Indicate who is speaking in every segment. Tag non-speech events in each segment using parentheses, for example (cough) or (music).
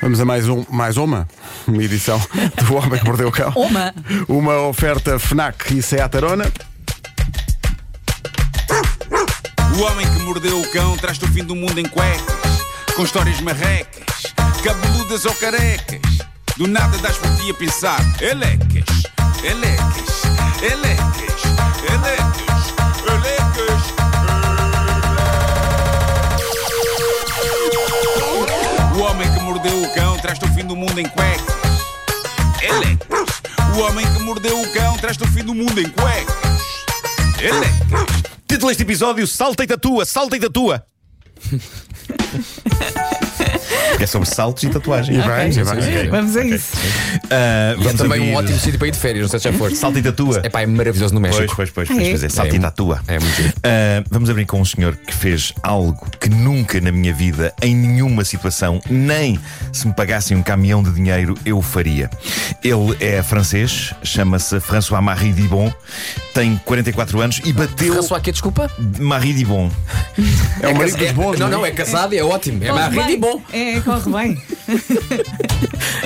Speaker 1: Vamos a mais um, mais uma (laughs) edição do Homem que Mordeu o Cão.
Speaker 2: Uma.
Speaker 1: Uma oferta FNAC e Seat Arona.
Speaker 3: O homem que mordeu o cão traz-te o fim do mundo em cuecas, com histórias marrecas, cabeludas ou carecas. Do nada das por ti a pensar. Elecas, elecas, elecas, elecas, elecas. O homem que mordeu o cão traz-te o fim do mundo em cuecas. Elecas. O homem que mordeu o cão traz-te o fim do mundo em cuecas. Elecas.
Speaker 4: Título deste episódio: Salta e tatua, salta e tatua. Porque é sobre saltos e tatuagem.
Speaker 1: E vai, e vai.
Speaker 2: Vamos a isso.
Speaker 4: Ah,
Speaker 5: E é
Speaker 4: vamos
Speaker 5: também um
Speaker 4: abrir-
Speaker 5: ótimo sítio para ir de férias, não sei se já foste.
Speaker 4: Salta e tatua.
Speaker 5: É pá, é maravilhoso no
Speaker 4: Pois,
Speaker 5: México.
Speaker 4: pois, pois, pois,
Speaker 2: É.
Speaker 4: pois é. Salta
Speaker 5: É
Speaker 4: e
Speaker 5: mu-
Speaker 4: tatua.
Speaker 5: é muito giro.
Speaker 4: Ah, vamos abrir com um senhor que fez algo que nunca na minha vida, em nenhuma situação, nem se me pagassem um caminhão de dinheiro, eu faria. Ele é francês, chama-se François Marie Dibon, tem 44 anos e bateu.
Speaker 5: François, aqui, desculpa?
Speaker 4: Marie Dibon.
Speaker 1: É o marido dos bons.
Speaker 5: não, não,
Speaker 1: é?
Speaker 5: é casado e é ótimo. É
Speaker 2: Corre
Speaker 5: marido e
Speaker 2: bem.
Speaker 5: bom.
Speaker 2: É, corre bem.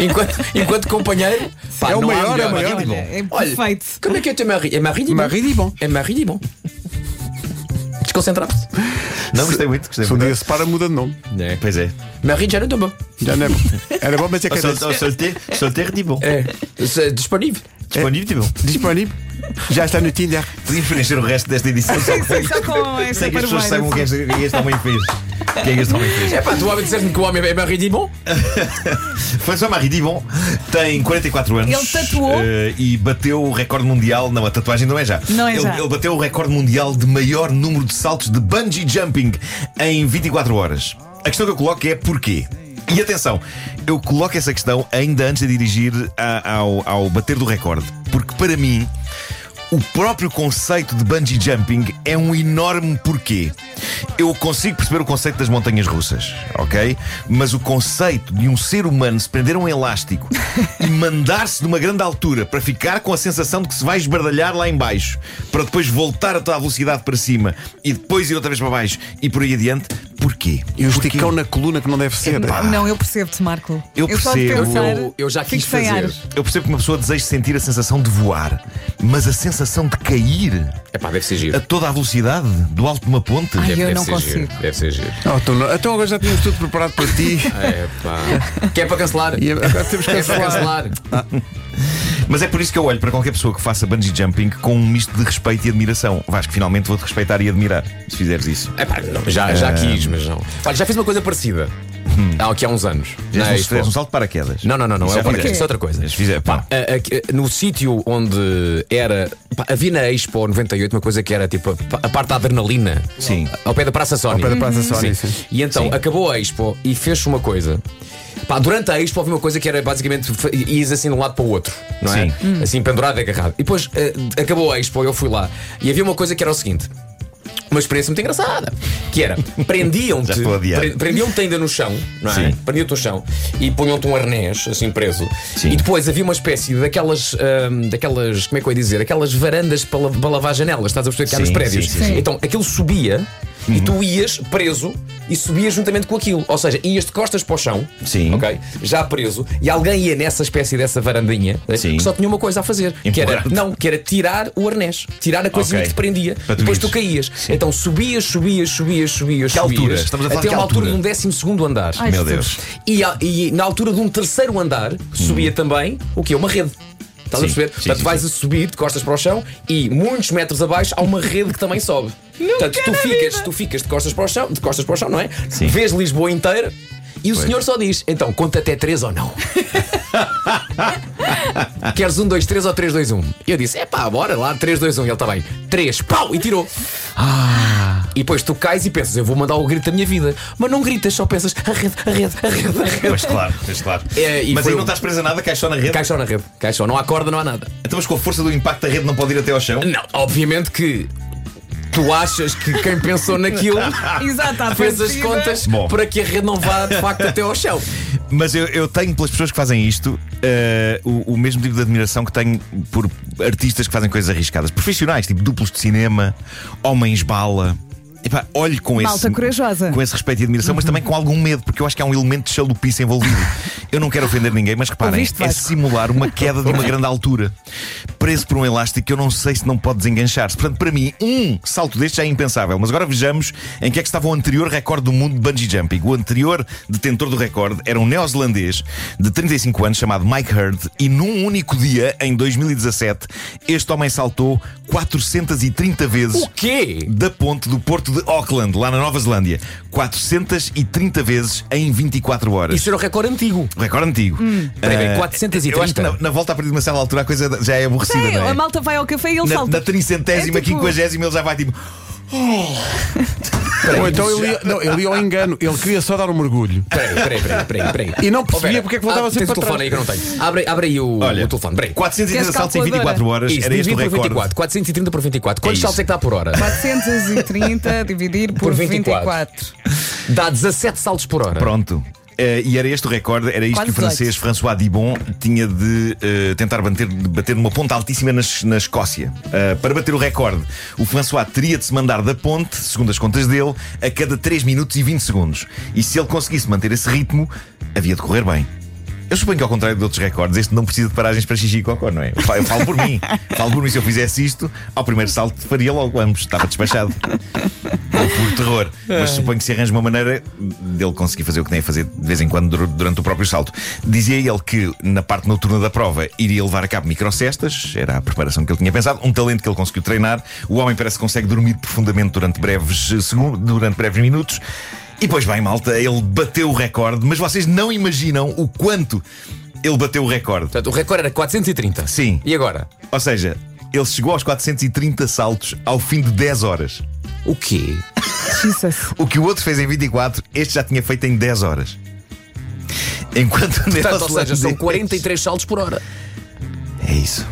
Speaker 5: Enquanto, enquanto companheiro, pá,
Speaker 1: É o
Speaker 5: não há
Speaker 1: maior, é o
Speaker 5: melhor.
Speaker 1: maior.
Speaker 2: Olha, é
Speaker 5: (laughs) Olha,
Speaker 2: perfeito.
Speaker 5: Como é que é o teu marido? É marido e bom.
Speaker 1: Marido e bom.
Speaker 5: É marido e bom. Desconcentramos.
Speaker 4: Não, gostei muito, gostei
Speaker 1: Se um
Speaker 4: muito.
Speaker 1: dia se para, muda de nome.
Speaker 4: Pois é.
Speaker 5: Marido já não estou bom.
Speaker 1: Já não é bom. Era bom, mas é que era
Speaker 4: Sol- Solteiro solteiro Dibon.
Speaker 5: É, se- disponível.
Speaker 4: Disponível Dibon.
Speaker 1: disponível. Já está no Tinder.
Speaker 4: Podíamos preencher o resto desta edição só com
Speaker 2: Sim, é
Speaker 5: (laughs)
Speaker 2: só com esta
Speaker 4: Sei que as pessoas saibam o que
Speaker 2: parvoeira.
Speaker 4: este, este homem fez. O que é que este homem fez?
Speaker 5: É pá, tu homem disseste-me que o homem é marido e bom.
Speaker 4: François Marie Dibon tem 44 anos.
Speaker 2: Ele tatuou?
Speaker 4: eh, e bateu o recorde mundial. Não, a tatuagem não é já.
Speaker 2: Não é
Speaker 4: ele,
Speaker 2: já.
Speaker 4: ele bateu o recorde mundial de maior número de saltos de bungee jumping em 24 horas. A questão que eu coloco é porquê? E atenção, eu coloco essa questão ainda antes de dirigir a- ao, ao bater do recorde. Porque para mim, o próprio conceito de bungee jumping é um enorme porquê. Eu consigo perceber o conceito das montanhas russas, ok? Mas o conceito de um ser humano se prender a um elástico e mandar-se de uma grande altura para ficar com a sensação de que se vai esbardalhar lá em baixo, para depois voltar a toda a velocidade para cima e depois ir outra vez para baixo e por aí adiante, porquê?
Speaker 1: E o esticão na coluna que não deve ser.
Speaker 2: Não, eu percebo-te, Marco.
Speaker 4: Eu
Speaker 2: só de
Speaker 4: percebo.
Speaker 2: pensar,
Speaker 5: Eu- eu já quis
Speaker 2: fico sem
Speaker 5: fazer.
Speaker 2: ar.
Speaker 4: Eu percebo que uma pessoa deseja sentir a sensação de voar, mas a sensação de cair
Speaker 5: É pá, deve ser
Speaker 4: a
Speaker 5: giro.
Speaker 4: toda a velocidade do alto de uma ponte.
Speaker 2: Ai,
Speaker 4: é
Speaker 5: Deve,
Speaker 2: eu
Speaker 5: deve
Speaker 2: não
Speaker 5: ser
Speaker 2: consigo.
Speaker 5: giro. Deve ser giro.
Speaker 1: Oh, então, não- então agora já tínhamos tudo preparado para ti.
Speaker 5: É pá. Que é para cancelar.
Speaker 1: E agora temos que
Speaker 5: É para
Speaker 1: cancelar.
Speaker 5: cancelar.
Speaker 4: Mas é por isso que eu olho para qualquer pessoa que faça bungee jumping com um misto de respeito e admiração. Vasco, finalmente vou-te respeitar e admirar se fizeres isso.
Speaker 5: É pá, não, já, já quis, mas não. Olha, já fiz uma coisa parecida. Há aqui há uns anos. Na
Speaker 4: Fizeste um-
Speaker 5: Expo.
Speaker 4: um salto de paraquedas.
Speaker 5: é Não, não, não, não
Speaker 4: Isso já
Speaker 5: é o paraquedas,
Speaker 4: fizeste.
Speaker 5: isso é outra coisa.
Speaker 4: Mas fizer- pá.
Speaker 5: A- a- no sítio onde era. pá, havia na Expo 98 uma coisa que era tipo a, a parte da adrenalina.
Speaker 4: Sim.
Speaker 5: Ao pé da Praça Sony.
Speaker 1: pé da Praça Sony, sim.
Speaker 5: E então acabou a Expo e fez uma coisa. Pá, durante a Expo havia uma coisa que era basicamente fa- ias assim de um lado para o outro, não é?
Speaker 4: Sim.
Speaker 5: Assim pendurado e agarrado. E depois eh, acabou a Expo, eu fui lá e havia uma coisa que era o seguinte: uma experiência muito engraçada. Que era, prendiam-te,
Speaker 4: Já estou a odiar.
Speaker 5: pre- prendiam-te ainda no chão, não é?
Speaker 4: Sim.
Speaker 5: Prendiam-te no chão e punham-te um arnês, assim preso.
Speaker 4: Sim.
Speaker 5: E depois havia uma espécie daquelas, hum, daquelas, como é que eu ia dizer? Aquelas varandas para, la- para lavar janelas, estás a perceber que há
Speaker 4: Sim,
Speaker 5: nos prédios.
Speaker 4: sim, Uhum. sim,
Speaker 2: sim.
Speaker 5: Então aquilo subia e tu ias preso e subias juntamente com aquilo. Ou seja, ias de costas para o chão,
Speaker 4: Sim.
Speaker 5: ok? Já preso, e alguém ia nessa espécie dessa varandinha eh,
Speaker 4: Sim.
Speaker 5: que só tinha uma coisa a fazer, que era,
Speaker 4: Empurrar-te.
Speaker 5: não, que era tirar o arnês, tirar a coisinha
Speaker 4: Ok.
Speaker 5: que te prendia.
Speaker 4: Para tu
Speaker 5: depois
Speaker 4: ires.
Speaker 5: tu caías. Então subias, subias, subias, subias,
Speaker 4: Que altura?
Speaker 5: subias.
Speaker 4: Estamos a falar
Speaker 5: até
Speaker 4: de que
Speaker 5: uma altura
Speaker 4: altura?
Speaker 5: de um décimo segundo andar.
Speaker 2: Ai,
Speaker 4: Meu
Speaker 2: Jesus.
Speaker 4: Deus.
Speaker 5: E, a- e na altura de um terceiro andar subia também o que? Uma rede. Estás a
Speaker 4: Uhum. Sim,
Speaker 5: perceber?
Speaker 4: sim,
Speaker 5: Portanto,
Speaker 4: sim,
Speaker 5: vais a subir de costas para o chão e muitos metros abaixo há uma rede que também sobe. Portanto, tu ficas, tu ficas de costas para o chão, de costas para o chão, não é?
Speaker 4: Sim.
Speaker 5: Vês Lisboa inteira e o senhor só diz: então conta até três
Speaker 4: (laughs)
Speaker 5: ou não. Queres um, dois, três ou três, dois, um? E eu disse: é pá, bora lá, três, dois, um. E ele está bem, três, pau! E tirou.
Speaker 4: Ah.
Speaker 5: E depois tu cais e pensas: eu vou mandar o grito da minha vida. Mas não gritas, só pensas: a rede, a rede, a rede, a rede.
Speaker 4: Pois claro, pois claro.
Speaker 5: É, e
Speaker 4: mas
Speaker 5: foi
Speaker 4: aí
Speaker 5: um-
Speaker 4: não estás presa a nada, cai só na rede.
Speaker 5: Cai só na rede, cai só. Não há corda, não há nada.
Speaker 4: Então, mas com a força do impacto da rede não pode ir até ao chão.
Speaker 5: Não, obviamente que tu achas que quem pensou (laughs) naquilo
Speaker 2: Exato, à
Speaker 5: fez as
Speaker 2: partida.
Speaker 5: contas
Speaker 4: Bom.
Speaker 5: para que a rede não vá de facto até ao chão.
Speaker 4: Mas eu, eu tenho, pelas pessoas que fazem isto, eh, o, o mesmo tipo de admiração que tenho por artistas que fazem coisas arriscadas. Profissionais, tipo duplos de cinema, homens bala. epá, olhe com
Speaker 2: Malta
Speaker 4: esse
Speaker 2: corajosa. Uhum.
Speaker 4: com esse respeito e admiração, mas também com algum medo, porque eu acho que há um elemento de chalupice envolvido. Eu não quero ofender ninguém, mas reparem,
Speaker 2: Ouviste,
Speaker 4: é
Speaker 2: Vasco?
Speaker 4: simular uma queda
Speaker 5: (laughs)
Speaker 4: de uma grande altura, preso por um elástico que eu não sei se não pode desenganchar-se. Portanto, para mim, um salto deste já é impensável. Mas agora vejamos em que é que estava o anterior recorde do mundo de bungee jumping. O anterior detentor do recorde era um neozelandês de 35 anos chamado Mike Hurd e num único dia, em 2017, este homem saltou 430 vezes
Speaker 5: O quê?
Speaker 4: da ponte do porto de Auckland, lá na Nova Zelândia. 430 vezes em 24 horas.
Speaker 5: Isso era o recorde antigo.
Speaker 4: Recorde antigo.
Speaker 2: Hum.
Speaker 5: Peraí, peraí,
Speaker 4: Ah,
Speaker 5: 430.
Speaker 4: Eu acho que na, na volta a partir de uma certa altura a coisa já é aborrecida,
Speaker 2: Sim,
Speaker 4: não é?
Speaker 2: a malta vai ao café e ele
Speaker 4: Na,
Speaker 2: salta.
Speaker 4: na tricentésima,
Speaker 2: É tipo-
Speaker 4: quinquagésima, ele já vai tipo.
Speaker 1: Ou então ele ia, não, ele ia ao engano, ele queria só dar um mergulho.
Speaker 5: Peraí, peraí, peraí, peraí, peraí.
Speaker 1: E não percebia porque é que voltava
Speaker 5: ah,
Speaker 1: sempre
Speaker 5: tens o
Speaker 1: para
Speaker 5: telefone aí que eu não tenho. Abre, abre aí o,
Speaker 4: Olha,
Speaker 5: o telefone. Peraí.
Speaker 4: 430
Speaker 2: Queres
Speaker 4: saltos em
Speaker 2: calculadora?
Speaker 4: 24 horas
Speaker 5: Isso,
Speaker 4: era este o
Speaker 5: dividido por
Speaker 4: recorde.
Speaker 5: 24. 430 por 24. Quantos
Speaker 4: isso.
Speaker 5: saltos é que dá por hora?
Speaker 2: 430 (laughs) dividir por,
Speaker 5: Por 24.
Speaker 2: 24.
Speaker 5: Dá 17 saltos por hora.
Speaker 4: Pronto. Eh, e era este o recorde, era isto
Speaker 2: Quase
Speaker 4: que o francês François Dibon tinha de eh, tentar bater, de bater numa ponte altíssima na, Es- na Escócia. Eh, para bater o recorde, o François teria de se mandar da ponte, segundo as contas dele, a cada 3 minutos e 20 segundos. E se ele conseguisse manter esse ritmo, havia de correr bem. Eu suponho que, ao contrário de outros recordes, este não precisa de paragens para xixi e cocó, não é? Eu fa- eu falo por mim. Falo por mim. Se eu fizesse isto, ao primeiro salto faria logo ambos. Estava despachado. Ou por terror. Mas suponho que se arranja uma maneira dele conseguir fazer o que tem a fazer de vez em quando dur- durante o próprio salto. Dizia ele que, na parte noturna da prova, iria levar a cabo microcestas. Era a preparação que ele tinha pensado. Um talento que ele conseguiu treinar. O homem parece que consegue dormir profundamente durante breves, eh, segun- durante breves minutos. E pois bem, malta, ele bateu o recorde, mas vocês não imaginam o quanto ele bateu o recorde.
Speaker 5: Portanto, o recorde era 430.
Speaker 4: Sim.
Speaker 5: E agora?
Speaker 4: Ou seja, ele chegou aos 430 saltos ao fim de 10 horas.
Speaker 5: O quê?
Speaker 2: Jesus.
Speaker 4: O que o outro fez em 24, este já tinha feito em 10 horas. Enquanto o
Speaker 5: Portanto, ou seja, são
Speaker 4: (laughs) neozelandês-
Speaker 5: 43 saltos por hora.
Speaker 4: É isso.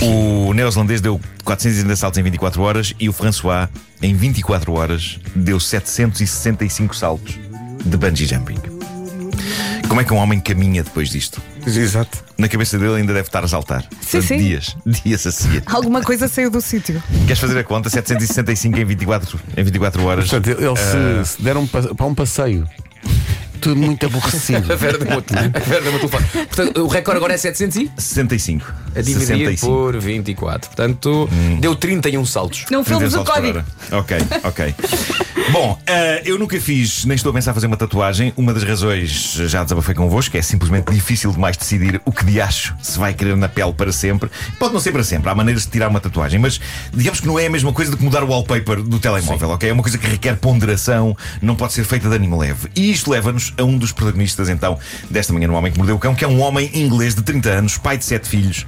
Speaker 4: O neozelandês deu 430 saltos em 24 horas e o François, em 24 horas, deu 765 saltos de bungee jumping. Como é que um homem caminha depois disto?
Speaker 1: Exato.
Speaker 4: Na cabeça dele ainda deve estar a saltar.
Speaker 2: Sim, sim.
Speaker 4: Dias, (laughs) dias a seguir.
Speaker 2: Alguma coisa saiu do sítio.
Speaker 4: Queres fazer a conta? 765 em 24, em 24 horas.
Speaker 1: Portanto, ele se, se der um pa- para um passeio, tudo muito aborrecido.
Speaker 5: A Vera deu-me o te- a Vera deu-me o telefone. Portanto, o recorde agora é 700 e?
Speaker 4: 65.
Speaker 5: A dividir
Speaker 4: 65.
Speaker 5: por 24. Portanto,
Speaker 4: Hum.
Speaker 5: deu 31 saltos.
Speaker 2: Não filmes o
Speaker 4: Fazer saltos
Speaker 2: código.
Speaker 4: por hora. Ok, ok. (laughs) Bom, eh, eu nunca fiz, nem estou a pensar em fazer uma tatuagem. Uma das razões, já desabafei convosco, é simplesmente difícil demais decidir o que de acho se vai querer na pele para sempre. Pode não ser para sempre, há maneiras de tirar uma tatuagem, mas digamos que não é a mesma coisa do que mudar o wallpaper do telemóvel, ok? É uma coisa que requer ponderação, não pode ser feita de ânimo leve. E isto leva-nos a um dos protagonistas, então, desta manhã no Homem que Mordeu o Cão, que é um homem inglês de 30 anos, pai de 7 filhos,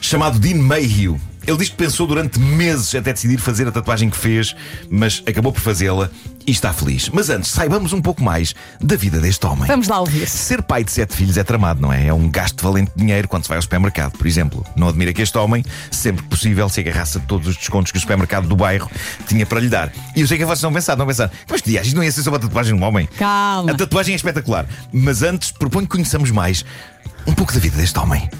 Speaker 4: chamado Dean Mayhew. Ele diz que pensou durante meses até decidir fazer a tatuagem que fez, mas acabou por fazê-la e está feliz. Mas antes, saibamos um pouco mais da vida deste homem.
Speaker 2: Vamos lá ouvir.
Speaker 4: Ser pai de sete filhos é tramado, não é? É um gasto valente de dinheiro quando se vai ao supermercado, por exemplo. Não admira que este homem, sempre que possível, se agarrasse a todos os descontos que o supermercado do bairro tinha para lhe dar. E eu sei que vocês não pensaram, não pensaram. Mas que dias, isto não ia ser sobre a tatuagem de um homem.
Speaker 2: Calma.
Speaker 4: A tatuagem é espetacular. Mas antes, proponho que conheçamos mais um pouco da vida deste homem.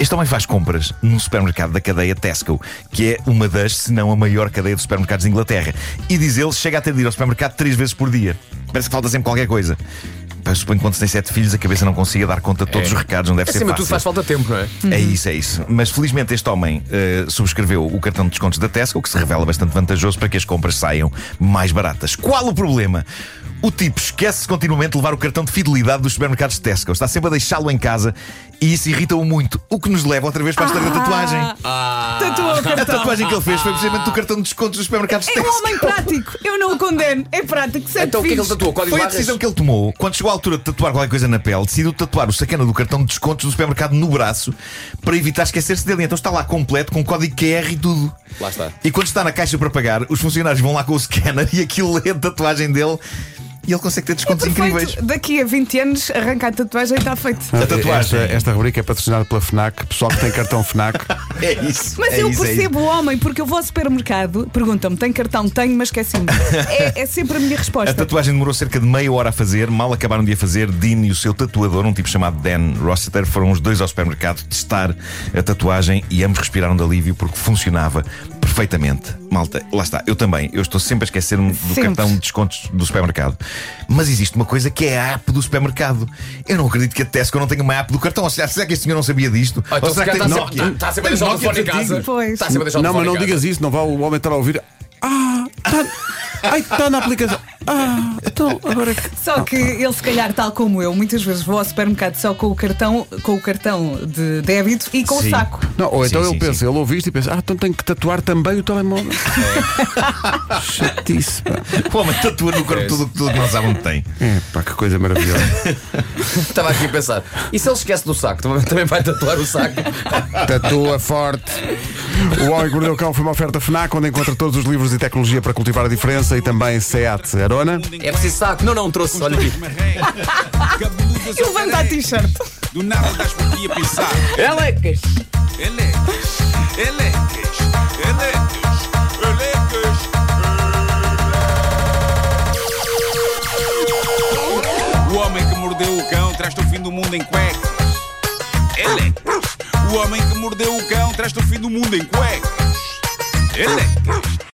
Speaker 4: Este homem faz compras num supermercado da cadeia Tesco, que é uma das, se não a maior cadeia de supermercados de Inglaterra. E diz ele, chega a ter de ir ao supermercado três vezes por dia. Parece que falta sempre qualquer coisa. Pá, eu suponho que quando se tem sete filhos a cabeça não consiga dar conta de todos os recados, não deve ser
Speaker 5: É. Acima de
Speaker 4: fácil.
Speaker 5: tudo faz falta tempo, não é?
Speaker 4: É isso, é isso. Mas felizmente este homem eh, subscreveu o cartão de descontos da Tesco, o que se revela bastante vantajoso para que as compras saiam mais baratas. Qual o problema? O tipo esquece continuamente de levar o cartão de fidelidade dos supermercados de Tesco. Está sempre a deixá-lo em casa e isso irrita-o muito. O que nos leva outra vez para a história da tatuagem.
Speaker 5: Ah. (laughs)
Speaker 2: Tatuou o
Speaker 4: A
Speaker 2: cartão.
Speaker 4: tatuagem que ele fez foi precisamente do cartão de descontos dos supermercados de
Speaker 2: Então. É um
Speaker 4: Tesco.
Speaker 2: homem prático. Eu não o condeno. É prático. Sete
Speaker 5: Então o que é que ele
Speaker 2: filhos.
Speaker 5: tatuou? Código
Speaker 4: Foi a
Speaker 5: barras?
Speaker 4: decisão que ele tomou quando chegou à altura de tatuar qualquer coisa na pele. Decidiu tatuar o sacana do cartão de descontos do supermercado no braço para evitar esquecer-se dele. Então está lá completo com código QR e tudo.
Speaker 5: Lá está.
Speaker 4: E quando está na caixa para pagar, os funcionários vão lá com o scanner e aquilo lê a tatuagem dele e ele consegue ter descontos É incríveis.
Speaker 2: É Perfeito. Daqui a 20 anos, arrancar a tatuagem e está feito.
Speaker 4: (laughs) A É tatuagem.
Speaker 1: Esta, esta rubrica é patrocinada pela FNAC. Pessoal que tem cartão FNAC.
Speaker 4: É isso.
Speaker 2: Mas
Speaker 4: é
Speaker 2: eu
Speaker 4: isso, é
Speaker 2: percebo o homem, porque eu vou ao supermercado, perguntam-me: tem cartão? Tenho, mas esqueci-me. É, é sempre a minha
Speaker 4: A
Speaker 2: resposta.
Speaker 4: tatuagem demorou cerca de meia hora a fazer, mal acabaram de a fazer. Dean e o seu tatuador, um tipo chamado Dan Rossiter, foram os dois ao supermercado testar a tatuagem e ambos respiraram de alívio porque funcionava perfeitamente. Malta, lá está, eu também. Eu estou sempre a esquecer-me do
Speaker 2: Sempre.
Speaker 4: cartão de descontos do supermercado. Mas existe uma coisa que é a app do supermercado. Eu não acredito que a Tesco não tenha uma app do cartão. Ou será, será que este senhor não sabia disto?
Speaker 5: Ah, então
Speaker 4: Ou será
Speaker 5: se
Speaker 4: que
Speaker 5: calhar está sempre- está sempre
Speaker 4: Tem
Speaker 5: a deixar o
Speaker 4: Nokia
Speaker 5: telefone em casa.
Speaker 2: Pois.
Speaker 5: Está sempre a deixar o
Speaker 1: Não, mas não
Speaker 5: telefone em casa.
Speaker 1: digas isso, não vá o homem estar a ouvir. Ah, está ai, tá na aplicação. Ah, então agora. que-
Speaker 2: Só que ele, se calhar, tal como eu, muitas vezes vou ao supermercado só com o cartão, com o cartão de débito e com
Speaker 4: Sim.
Speaker 2: o saco.
Speaker 1: Não, ou então
Speaker 4: Sim,
Speaker 1: ele
Speaker 4: sim,
Speaker 1: pensa,
Speaker 4: sim.
Speaker 1: ele ouve isto e pensa, ah, então tenho que tatuar também o telemóvel. Chatice, pá.
Speaker 4: O homem tatua no
Speaker 5: É.
Speaker 4: corpo tudo tudo o que não sabe onde tem.
Speaker 1: É, pá, que coisa maravilhosa.
Speaker 5: Estava aqui a pensar. E se ele esquece do saco? Também- Também vai tatuar o saco.
Speaker 1: Tatua forte. O Homem que Mordeu o Cão foi uma oferta FNAC, onde encontra todos os livros e tecnologia para cultivar a diferença e também SEAT Arona.
Speaker 5: É preciso saco. Não, não, trouxe. Olha aqui.
Speaker 2: E levanta a t-shirt.
Speaker 3: Do nada das por ti a pensar. é
Speaker 5: Elecas!
Speaker 3: Elecas, é elecas, é elecas, é elecas. O homem que mordeu o cão traz-te o fim do mundo em cuecas. é é Elecas. O homem que mordeu o cão traz-te o fim do mundo em cuecas. Elecas.